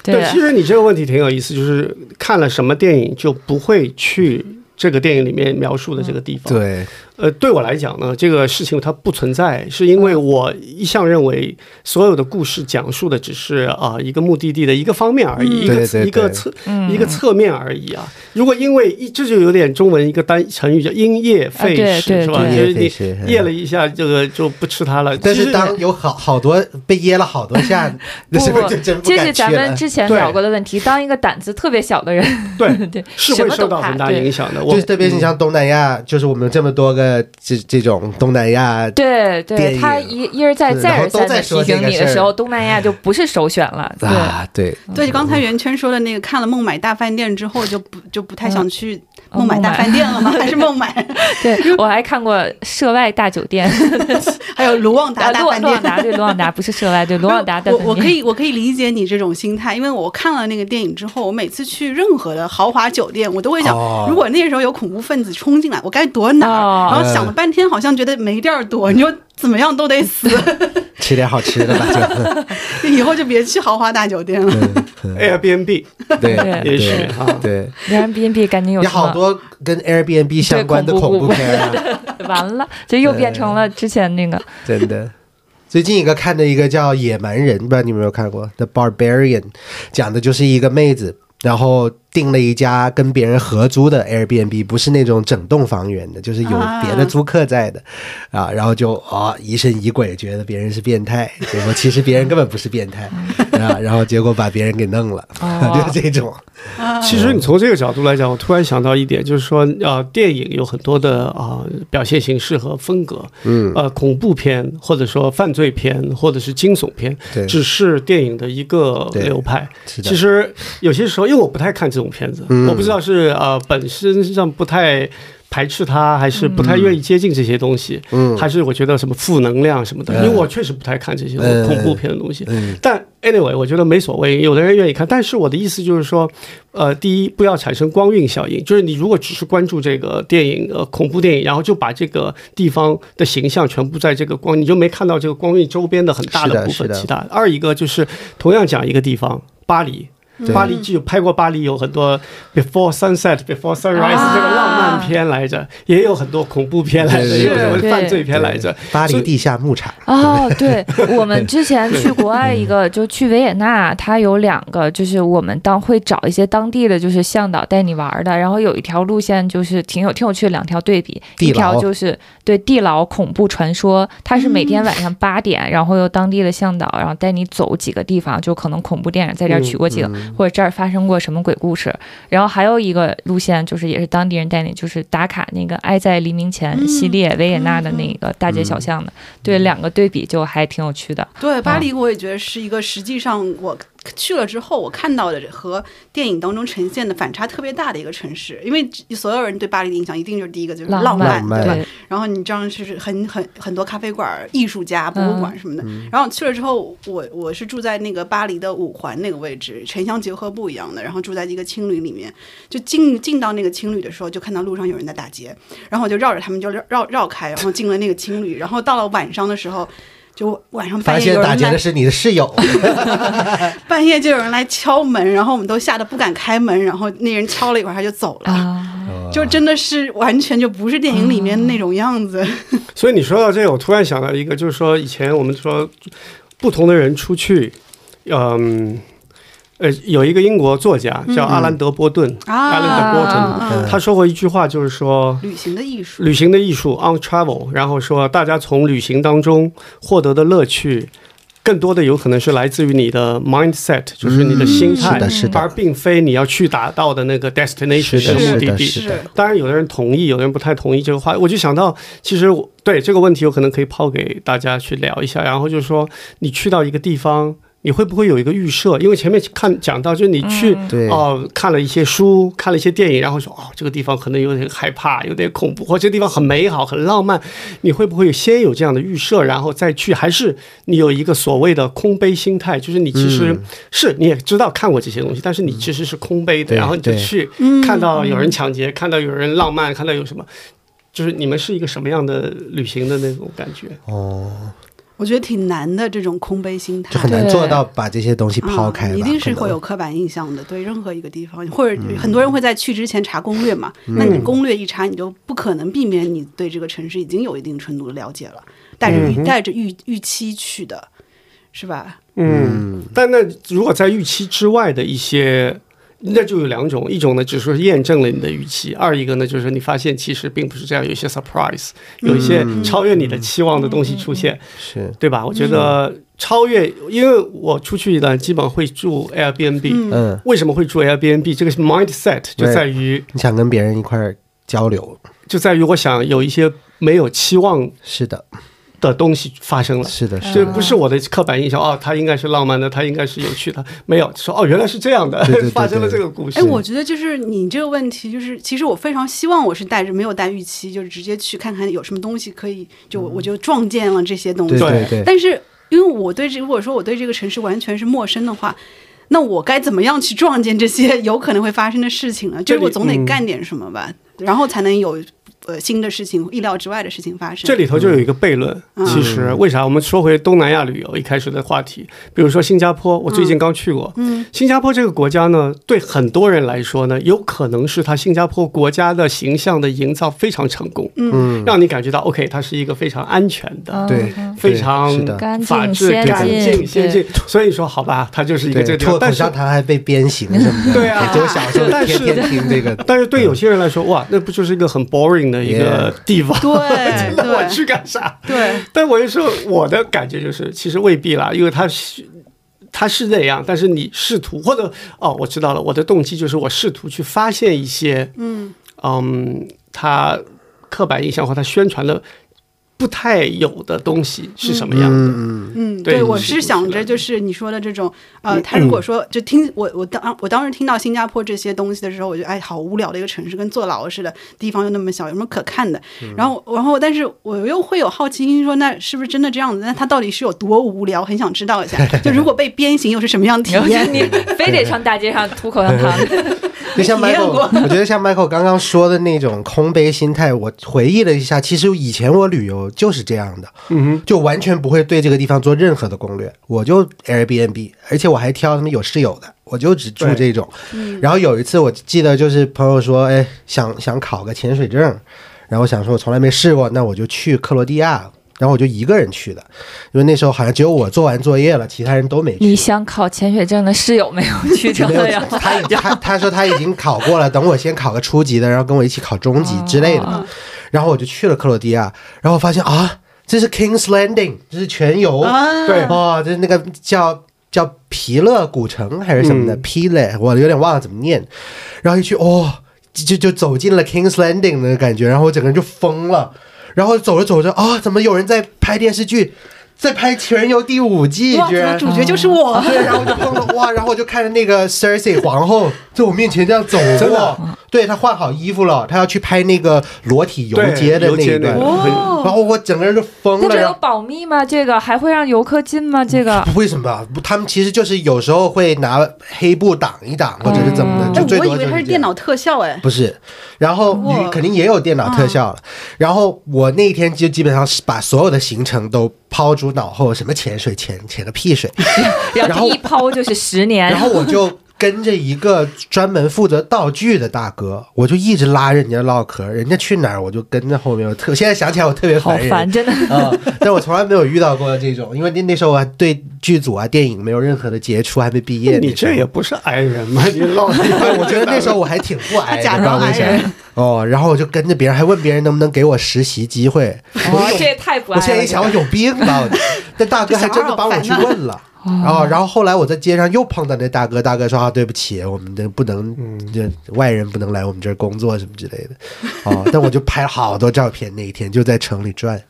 对，其实你这个问题挺有意思，就是看了什么电影就不会去这个电影里面描述的这个地方。，对，呃，对我来讲呢，这个事情它不存在，是因为我一向认为所有的故事讲述的只是啊、一个目的地的一个方面而已，一嗯对个对一个对侧嗯一个侧面而已啊。如果因为一这就有点中文一个单成语叫因噎废啊对食，对是吧？对就是因噎废食你噎了一下，这个就不吃它了。嗯但其是实当有好好多被噎了好多 *laughs* 下，那是不就真不这是敢去咱们了。之前对聊过的问题。当一个胆子特别小的人，对 *laughs* 对，是什会么受都到怕很大对影响的。我嗯就是特别是嗯你像东南亚，就是我们这么多个这这种东南亚，对电对，影他一一而再是再然后而都三在的说提这醒个你的事时儿候，东南亚就不是首选 *laughs* 了。对，啊，对，嗯对，刚才袁圈说的那个，看了孟买大饭店之后，就不就不太想去嗯孟买大饭店了吗？还是孟买， *laughs* 对我还看过涉外大酒店，还有卢旺达啊，大卢饭旺卢店旺？达对卢旺达不是涉外，对卢旺 *laughs* 达大我我饭可店。以我可以理解你这种心态，因为我看了那个电影之后，我每次去任何的豪华酒店，我都会想，哦如果那时候有恐怖分子冲进来，我该躲哪儿？哦然后想了半天，好像觉得没地儿躲，你就怎么样都得 *laughs* 死，吃点好吃的吧，就以后就别去豪华大酒店了。 Airbnb 对对也许对啊，对， Airbnb 赶紧有有什好么？多跟 Airbnb 相关的对恐恐怖故怖片啊。完了，这又变成了之前那个 *laughs* 真的。最近一个看的一个叫《野蛮人》，不知道你有没有看过《The Barbarian》，讲的就是一个妹子，然后订了一家跟别人合租的 Airbnb，不是那种整栋房源的，就是有啊别的租客在的，啊然后就啊、疑神疑鬼，觉得别人是 *laughs* 变态，结果其实别人根本不是变态，啊，然后结果把别人给弄了，哦 *laughs* 就这种，其实你从这个角度来讲，我突然想到一点，就是说，呃，电影有很多的啊、表现形式和风格，嗯，呃，恐怖片或者说犯罪片或者是惊悚片，对只是电影的一个对流派。是的嗯其实有些时候，因为我不太看这种片子，我不知道是呃本身上不太。排斥它，还嗯是不太愿意接近这些东西，嗯，还是我觉得什么负能量什么的，嗯因为我确实不太看这些嗯恐怖片的东西，嗯，但 anyway，我觉得没所谓，有的人愿意看。但是我的意思就是说，呃，第一，不要产生光晕效应，就是你如果只是关注这个电影，呃，恐怖电影，然后就把这个地方的形象全部在这个光，你就没看到这个光晕周边的很大是的部分是的其他。二一个就是同样讲一个地方，巴黎。对巴黎就拍过巴黎有很多 Before Sunset、Before Sunrise、啊这个浪漫片来着，也有很多恐怖片来着，对也有什么对犯罪片来着。巴所黎以地下牧场，哦，对，我们之前去国外一个，就去维也纳，它有两个，就是我们当会找一些当地的，就是向导带你玩儿的。然后有一条路线就是挺有挺有趣的，两条对比，地一条牢就是对地牢恐怖传说，它是每天晚上八点，然后由当地的向导，然后带你走几个地方，就可能恐怖电影在这儿取过景，或者这儿发生过什么鬼故事。然后还有一个路线就是也是当地人带里，就是打卡那个《爱在黎明前》系列维也纳的那个大街小巷的，对两个对比就还挺有趣的。对，巴黎我也觉得是一个，实际上我去了之后，我看到的和电影当中呈现的反差特别大的一个城市，因为所有人对巴黎的印象一定就是第一个就是浪浪漫对吧？对然后你这样就是很很很多咖啡馆、艺术家、博物馆什么的。嗯然后去了之后，我我是住在那个巴黎的五环那个位置，城乡结合部一样的，然后住在一个青旅里面。就进进到那个青旅的时候，就看到路上有人在打劫，然后我就绕着他们就绕绕绕开，然后进了那个青旅。然后到了晚上的时候，就晚上发半夜现有打人劫的来，是你的室友，半夜就有人来敲门，然后我们都吓得不敢开门，然后那人敲了一会儿他就走了。啊，就真的是完全就不是电影里面那种样子，所以你说到这个，我突然想到一个，就是说以前我们说不同的人出去，嗯。呃，有一个英国作家嗯叫阿兰德波顿，啊阿兰德波顿，啊嗯他说过一句话，就是说旅行的艺术，旅行的艺术 on travel，然后说大家从旅行当中获得的乐趣，更多的有可能是来自于你的 mindset，就是你的心态，嗯是的，是而的，并非你要去达到的那个 destination 是的目是的的地。是是当然，有的人同意，有的人不太同意这个话。我就想到，其实我对这个问题，有可能可以抛给大家去聊一下。然后就是说，你去到一个地方，你会不会有一个预设？因为前面看讲到，就是你去哦、对看了一些书，看了一些电影，然后说哦，这个地方可能有点害怕，有点恐怖，或者这个地方很美好、很浪漫。你会不会先有这样的预设，然后再去？还是你有一个所谓的空杯心态？就是你其嗯实、是你也知道看过这些东西，但是你其实是空杯的，对然后你就对去看到有人抢劫，看到有人浪漫，看到有什么。就是你们是一个什么样的旅行的那种感觉？哦，我觉得挺难的这种空杯心态，就很难对做到把这些东西抛开吧，啊嗯，一定是可能会有刻板印象的。对任何一个地方，或者很多人会在去之前查攻略嘛，那你攻略一查，你就不可能避免你对这个城市已经有一定程度的了解了，带着预、带着预预期去的，是吧？嗯，但那如果在预期之外的一些，那就有两种，一种呢只是验证了你的预期，二一个呢就是你发现其实并不是这样，有一些 surprise，有一些嗯超越你的期望的东西出现，是对吧？我觉得超越，因为我出去呢基本会住 Airbnb，、嗯，为什么会住 Airbnb？这个是 mindset 就在于你想跟别人一块儿交流，就在于我想有一些没有期望是的，嗯的东西发生了。是的，是就的，不是我的刻板印象哦，它应该是浪漫的，它应该是有趣的，没有说哦，原来是这样的，对对 *laughs* 对发生了这个故事。哎，我觉得就是你这个问题，就是其实我非常希望我是带着没有带预期，就是直接去看看有什么东西可以，就我就撞见了这些东嗯西对。对对，但是因为我对这，如果说我对这个城市完全是陌生的话，那我该怎么样去撞见这些有可能会发生的事情呢？就这是里嗯我总得干点什么吧，然后才能有呃新的事情、意料之外的事情发生。这里头就有一个悖论，其实为啥我们说回东南亚旅游一开始的话题，比如说新加坡，我最近刚去过，嗯，新加坡这个国家呢，对很多人来说呢，有可能是它新加坡国家的形象的营造非常成功，嗯，让你感觉到 OK，它是一个非常安全的、对嗯非常是的干净法治、先干进净、先对进，所以说好吧，它就是一个这个对，地方脱，但口是香糖还被鞭刑什么的，对啊就小时候但是天天听这个，但是对有些人来说，哇，那不就是一个很 boring 的一个地方？ *laughs* 对那我对去干啥？对， *laughs* 但我就说，我的感觉就是，其实未必啦，因为他是他是那样，但是你试图或者哦，我知道了，我的动机就是我试图去发现一些，嗯嗯，他刻板印象或他宣传的不太有的东西是什么样的？嗯，对对，我你是是想是着就是你说的这种，嗯呃，他如果说就听我我当我当时听到新加坡这些东西的时候，我就哎，好无聊的一个城市，跟坐牢似的，地方又那么小，有什么可看的？嗯然后然后，但是我又会有好奇心，说那是不是真的这样子？那它到底是有多无聊？很想知道 *laughs* 一下。就如果被鞭刑又是什么样的体然后就验？你非得上大街上吐口香糖，就像体验 Michael，过我觉得像 Michael 刚刚说的那种空杯心态，我回忆了一下，其实以前我旅游就是这样的，嗯，就完全不会对这个地方做任何的攻略，我就 Airbnb，而且我还挑他们有室友的，我就只住这种。然后有一次我记得就是朋友说，哎，想想考个潜水证，然后我想说我从来没试过，那我就去克罗地亚。然后我就一个人去的，因为那时候好像只有我做完作业了，其他人都没去。你想考潜水证的室友没有去成没有了呀？他已他他说他已经考过了，等我先考个初级的，然后跟我一起考中级之类的哦嘛。然后我就去了克罗地亚，然后我发现啊，这是 Kings Landing，这是全游，啊对哦，这是那个叫叫皮勒古城还是什么的、嗯 p i l e 我有点忘了怎么念。然后一去，哦，就就走进了 Kings Landing 的感觉，然后我整个人就疯了。然后走着走着啊、怎么有人在拍电视剧，在拍《情人游》第五季，哇，居怎么然主角就是我？哎对，然后我就碰到哇，然后我就看着那个 Cersei 皇后在我面前这样走过，对她换好衣服了，她要去拍那个裸体游对街的游那一街段那，个哦然后我整个人就疯那了。这然有后保密吗？这个还会让游客进吗？这个为什么？啊不他们其实就是有时候会拿黑布挡一挡，或者是怎么的，哦哎就，最我多以就为它是是这电样脑特效哎，不是，然后哇嗯你肯定也有电脑特效了。然后我那一天就基本上是把所有的行程都抛诸脑后，什么潜水、潜潜个屁水。然 *laughs* 然后后一抛就是 *laughs* 十年，然后我就跟着一个专门负责道具的大哥， *laughs* 我就一直拉人家唠嗑，人家去哪儿我就跟着后面。我特现在想起来我特 *laughs* 别好烦人烦，真的。 *laughs* 啊、但我从来没有遇到过这种，因为那那时候我还对剧组啊、电影没有任何的接触，还没毕业。 *laughs* 你这也不是 i 人嘛，你 *laughs* 老对，我觉得那时候我还挺不挨 *laughs* 的，假不知道装为挨啥人。哦，然后我就跟着别人，还问别人能不能给我实习机会。 *laughs* 哦哇，这也太不爱我了。现在一想，我有病吧？ *laughs* 我那大哥还真的帮我去问了。哦然后，然后后来我在街上又碰到那大哥，大哥说啊，对不起，我们这不能，嗯这外人不能来我们这儿工作什么之类的。哦，但我就拍了好多照片，那一天就在城里转。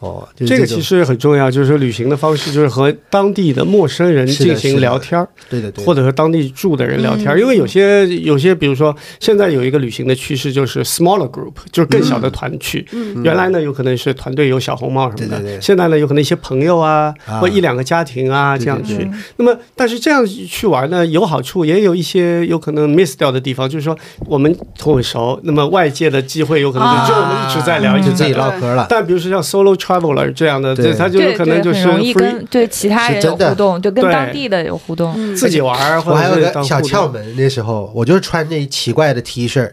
哦，就是这个种其实很重要，就是旅行的方式就是和当地的陌生人是的进是行的聊天儿。对的对的，或者和当地住的人聊嗯天儿，因为有些有些，比如说现在有一个旅行的趋势就是 smaller group，就是更小的团去。嗯原来呢，有可能是团队有小红帽什么的，嗯对对对现在呢，有可能一些朋友啊，啊或一两个家庭啊对这样对去。对那么，但是这样去玩呢，有好处，也有一些有可能 miss 掉的地方，就是说我们很熟，那么外界的机会有可能啊就就我们一直在聊，一直嗯自在己聊。唠嗑了。但比如说像 solo traveler 这样的，对这他就有对可能对，就是很容易 free 跟对其他是人真有的互动，就跟对当地的有互动。自己玩儿，或我还有者是个当小互动窍门，那时候我就是穿着一奇怪的 T 恤，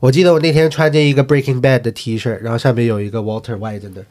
我记得我那天穿着一个 Breaking Bad 的 T 恤，然后上面有一个 Walter White 在那儿，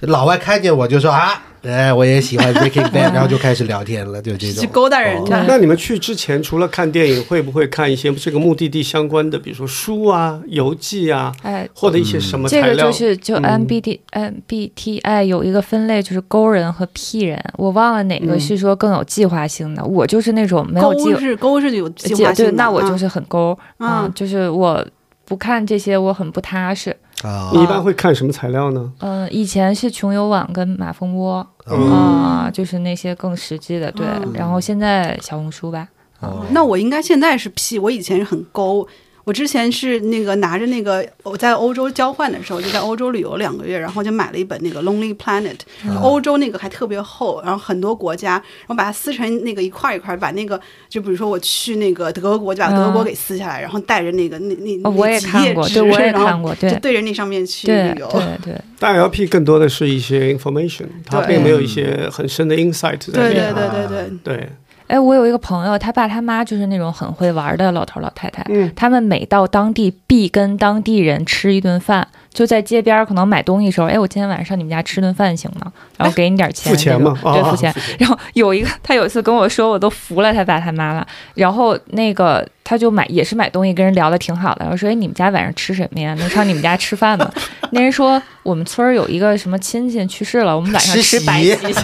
老外看见我就说啊，哎，我也喜欢 Breaking Bad，然后就开人开始聊天了，就这去种。哦勾搭哦人家。那你们去之前，除了看电影，会不会看一些这个目的地相关的，比如说书啊、游记啊，哎，或者一些什么这材个料？就是就 MBT、MBTI 有一个分类，就是勾人和 P 人，我忘了哪个是说更有计划性的。我就是那种没有计勾是勾是有计计划性对，的，那我啊就是很勾啊、嗯就是我不看这些，我很不踏实。啊你一般会看什么材料呢？嗯、以前是穷游网跟马蜂窝嗯，啊、就是那些更实际的，对。嗯然后现在小红书吧，哦那我应该现在是 P，我以前是很勾。我之前是那个拿着那个，我在欧洲交换的时候，就在欧洲旅游两个月，然后就买了一本那个《Lonely Planet》，欧洲那个还特别厚，然后很多国家，然后把它撕成那个一块儿一块儿，把那个就比如说我去那个德国，就把德国给撕下来，然后带着那个那那哦我嗯那也几看页过纸，对我也然后看过对就对着那上面去对旅游。对对，但 LP 更多的是一些 information，它对并没有一些很深的 insight 在对里对面。对对对，对，哎，我有一个朋友，他爸他妈就是那种很会玩的老头老太太，嗯他们每到当地必跟当地人吃一顿饭，就在街边儿可能买东西的时候，哎，我今天晚上上你们家吃顿饭行吗？哎然后给你点钱，付钱这种吗对，哦付钱。然后有一个，他有一次跟我说，我都服了他爸他妈了。然后那个他就买也是买东西，跟人聊的挺好的，然后说，哎，你们家晚上吃什么呀？能上你们家吃饭吗？ *laughs* 那人说我们村儿有一个什么亲戚去世了，我们晚上吃白吃席席。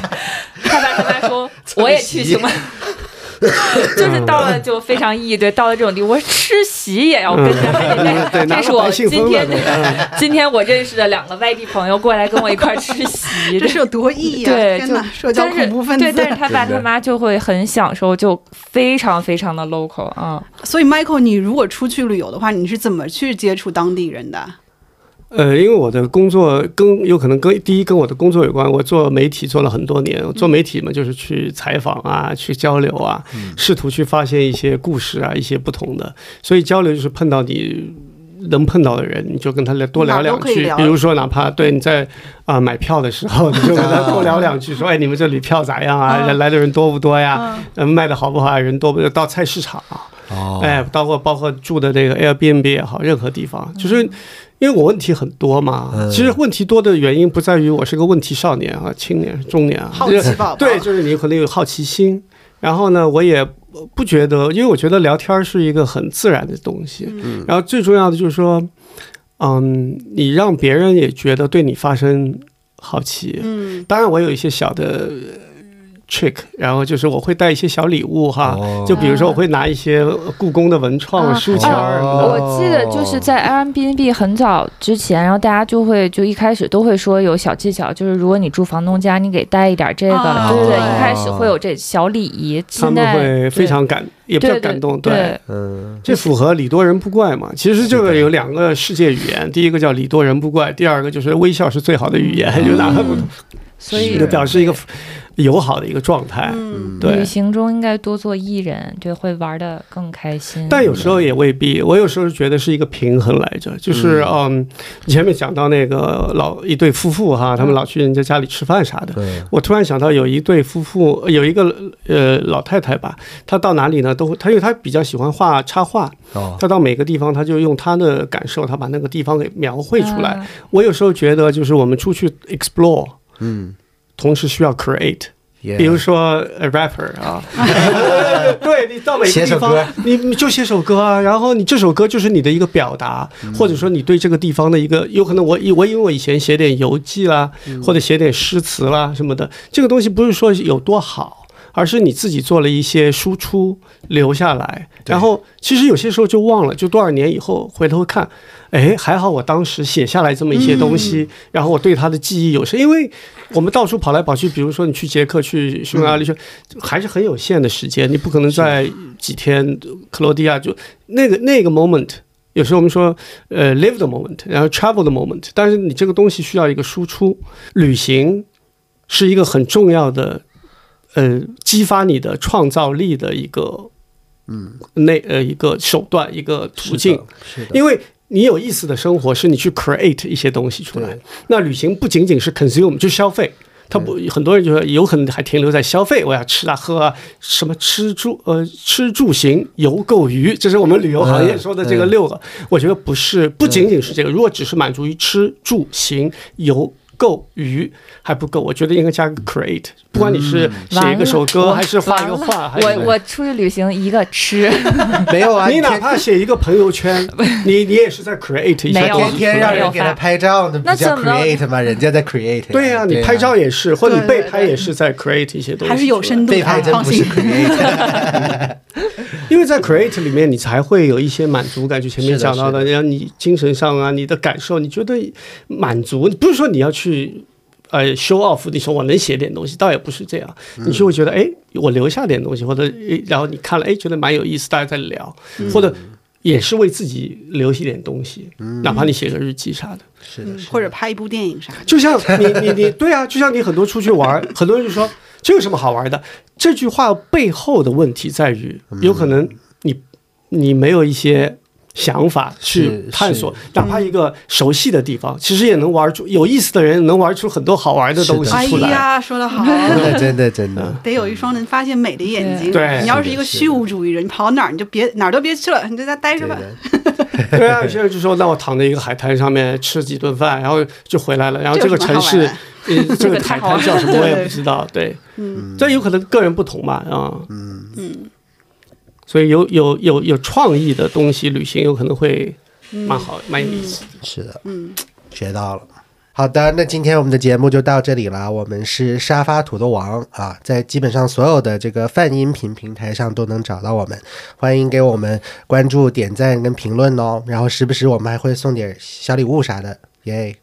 他爸他妈说我也去行吗？ *laughs* 就是到了就非常异，对，到了这种地步，我说吃席也要跟着，还得带嗯 *laughs* 对拿个这是我白信今封天的嗯今天我认识的两个外地朋友过来跟我一块儿吃 *laughs* 席，这是有多异啊！对，天就哪，社交但是恐怖分对，但子是。他爸真的他妈就会很享受，就非常非常的 local 啊、所以，Michael，你如果出去旅游的话，你是怎么去接触当地人的？呃，因为我的工作跟有可能跟第一跟我的工作有关，我做媒体做了很多年，嗯我做媒体嘛就是去采访啊，去交流啊，嗯试图去发现一些故事啊，一些不同的，所以交流就是碰到你。能碰到的人，你就跟他聊多哪聊儿都两可以句，聊比如说哪怕对你在啊、买票的时 *laughs* 候，你就跟他多聊两句，说哎你们这里票咋样啊？嗯来的人多不多呀？嗯，卖的好不好啊？人多不多？到菜市场啊，哦，哎，包括包括住的这个 Airbnb 也好，任何地嗯方，就是因为我问题很多嘛。嗯其实问题多的原因不在于我是个问题少年啊、青年、中年啊，好奇宝宝对，就是你可能有好奇心。然后呢，我也不觉得，因为我觉得聊天是一个很自然的东西。嗯嗯然后最重要的就是说，嗯，你让别人也觉得对你发生好奇。嗯，当然，我有一些小的呃 trick，然后就是我会带一些小礼物哈，哦啊就比如说我会拿一些呃故宫的文创、啊书签儿什么的。我记得就是在哦 Airbnb 很早之前，然后大家就会就一开始都会说有小技巧，就是如果你住房东家，你给带一点这个，啊对对对，哦一开始会有这小礼仪。他现们在会非常感，也比对较对感动，对，嗯，这符合礼多人不怪嘛？其实这个有两个世界语言，第一个叫礼多人不怪，第二个就是微笑是最好的语言，就哪怕不所以就表示一个友好的一个状态。嗯，对旅，行中应该多做艺人，对，会玩的更开心。但有时候也未必，我有时候觉得是一个平衡来着，就是嗯，你前面讲到那个老一对夫妇哈，他们老去人家家里吃饭啥的，对，我突然想到有一对夫妇，呃有一个呃老太太吧，她到哪里呢都会，她因为她比较喜欢画插画，哦，她到每个地方她就用她的感受，她把那个地方给描绘出来。啊我有时候觉得就是我们出去 explore，嗯，同时需要 create。也比如说呃 rapper 啊， *laughs* 对你到每写个首地歌方，你你就写首歌啊，然后你这首歌就是你的一个表达，嗯或者说你对这个地方的一个，有可能我我因为我以前写点游记啦，嗯或者写点诗词啦什么的，这个东西不是说有多好。而是你自己做了一些输出，留下来，然后其实有些时候就忘了，就多少年以后回头看，哎，还好我当时写下来这么一些东嗯西，然后我对它的记忆有深，因为 *laughs* 我们到处跑来跑去，比如说你去捷克、去匈嗯牙利，去、还是很有限的时间，你不可能在几天克罗地亚就那个那个 moment。有时候我们说，呃，live the moment，然后 travel the moment，但是你这个东西需要一个输出，旅行是一个很重要的，呃，激发你的创造力的一个，嗯，那呃一个手段，一个途径。是的，因为你有意思的生活是你去 create 一些东西出来对。那旅行不仅仅是 consume，就消费。他不，很多人就说有可能还停留在消费，我要吃啊喝啊，什么吃住呃吃住行游购娱，这是我们旅游行业嗯说的这个六个。我觉得不是，不仅仅是这个，如果只是满足于吃住行游。购娱还不够，我觉得应该加个 create。不管你是写一个首嗯完歌，了还是画一个我完画，了还是我我出去旅行一个吃，没有啊，你哪天怕写一个朋友圈，你你也是在 create 一些没有东西天出来。天让人给他拍照，那那不叫怎么 create 吗？人家在 create，对呀、啊你拍照也是，或者你被拍也是在 create 一些东西，还是有深。度被的啊拍，真放不是心。 create，因为在 create 里面，你才会有一些满足感，就前面是的讲到是的，然后你精神上啊，你的感受，你觉得满足，不是说你要去。呃，show off，你说我能写点东西，倒也不是这样，你就会觉得，哎，我留下点东西，或者，哎然后你看了，哎，觉得蛮有意思，大家在聊，或者也是为自己留一点东西，哪怕你写个日记啥的。 *laughs* 是的，是的嗯或者拍一部电影 *laughs* 啥的，就像你你你对啊，就像你很多出去玩 *laughs* 儿，很多人就说这有什么好玩的？这句话背后的问题在于，嗯有可能你你没有一些想法去是探索是，哪怕一个熟悉的地方，其实也能玩出有意思的人能玩出很多好玩的东西是的哎出来。呀，说得好，真的真的 *laughs* 真的，得有一双能发现美的眼睛。对你要是一个虚无主义人，你跑哪儿你就别哪儿都别去了，你就在家待着对吧。的，对啊，有些人就说，那我躺在一个海滩上面吃几顿饭，然后就回来了，然后这这有个什么城好玩市的。呃，这这个个太海好玩滩叫什么了我也对不知道，对，嗯这有可能个人不同嘛，啊，嗯嗯，所以有有有有创意的东西，旅行有可能会蛮好，蛮有意思。是的，嗯，学到了。好的，那今天我们的节目就到这里了。我们是沙发土豆王啊，在基本上所有的这个泛音频平台上都能找到我们，欢迎给我们关注、点赞跟评论哦。然后时不时我们还会送点小礼物啥的，耶！